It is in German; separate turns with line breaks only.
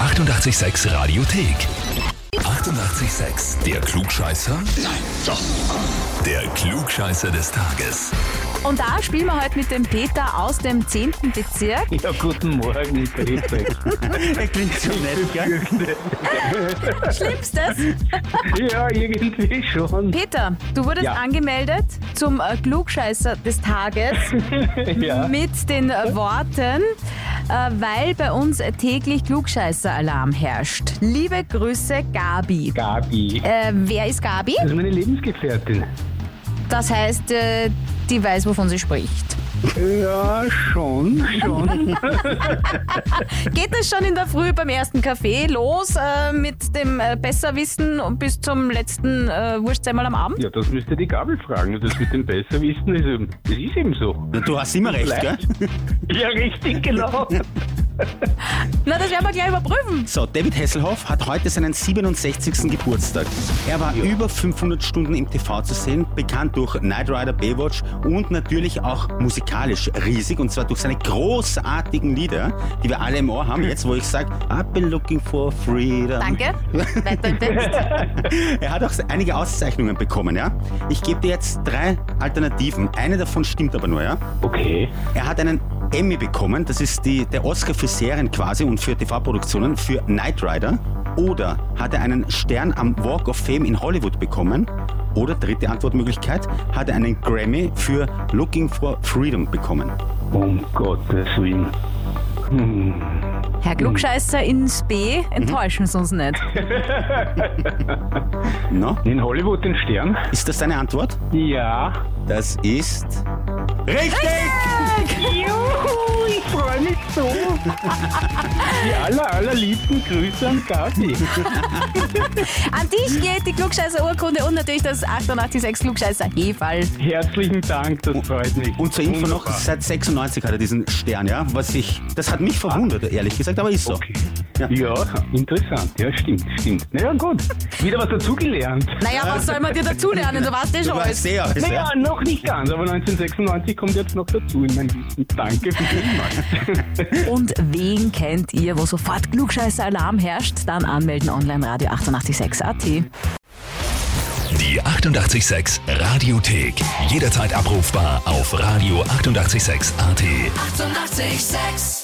886 Radiothek. 88,6. Der Klugscheißer? Nein, doch. Der Klugscheißer des Tages.
Und da spielen wir heute mit dem Peter aus dem 10. Bezirk.
Ja, guten Morgen, ich grüße euch.
Er klingt so nett, gell?
Schlimmstes.
Ja, irgendwie schon.
Peter, du wurdest
Ja.
angemeldet zum äh, Klugscheißer des Tages
Ja,
mit den äh, Worten, äh, weil bei uns täglich Klugscheißer-Alarm herrscht. Liebe Grüße, Gabi.
Gabi.
Äh, wer ist Gabi?
Das ist meine Lebensgefährtin.
Das heißt, äh, die weiß, wovon sie spricht.
Ja, schon, schon.
Geht es schon in der Früh beim ersten Kaffee los äh, mit dem äh, Besserwissen und bis zum letzten äh, Wurst einmal am Abend?
Ja, das müsst ihr die Gabi fragen. Das mit dem Besserwissen ist eben, das ist eben so.
Du hast immer recht, gell?
Ja, richtig, genau.
Na, das werden wir gleich überprüfen.
So, David Hasselhoff hat heute seinen 67. Geburtstag. Er war über 500 Stunden im TV zu sehen, bekannt durch Knight Rider, Baywatch und natürlich auch musikalisch riesig und zwar durch seine großartigen Lieder, die wir alle im Ohr haben. Jetzt, wo ich sage, I've been looking for freedom.
Danke. Weiter im Text.
Er hat auch einige Auszeichnungen bekommen, ja? Ich gebe dir jetzt drei Alternativen. Eine davon stimmt aber nur, ja?
Okay.
Er hat einen Emmy bekommen, das ist die, der Oscar für Serien quasi und für TV-Produktionen, für Knight Rider. Oder hat er einen Stern am Walk of Fame in Hollywood bekommen? Oder dritte Antwortmöglichkeit, hat er einen Grammy für Looking for Freedom bekommen?
Um Gottes Willen. Hm.
Herr Klugscheißer ins B, enttäuschen Sie uns nicht.
No?
In Hollywood den Stern?
Ist das deine Antwort?
Ja.
Das ist richtig!
Juhu, ich freue mich so. Die aller, allerliebsten Grüße an Gabi.
An dich geht die Klugscheißer-Urkunde und natürlich das 886 Klugscheißer-Hefall.
Herzlichen Dank, das freut mich.
Und zur Info noch,
Wunderbar.
seit 96 hat er diesen Stern, ja? Was ich, das hat mich verwundert, ehrlich gesagt, aber ist so.
Okay.
Ja.
Ja. interessant. Ja, stimmt, stimmt. Na ja, gut. Wieder was dazugelernt.
Naja, was soll man dir dazulernen? Du warst eh
Du
schon
warst
alles.
sehr, sehr.
Naja, noch nicht ganz, aber 1996 kommt jetzt noch dazu in mein Wissen. Danke für den Hinweis.
Und wen kennt ihr, wo sofort Klugscheißer-Alarm herrscht? Dann anmelden online Radio 886 AT.
Die 88,6 Radiothek. Jederzeit abrufbar auf radio886.at. 88,6.
886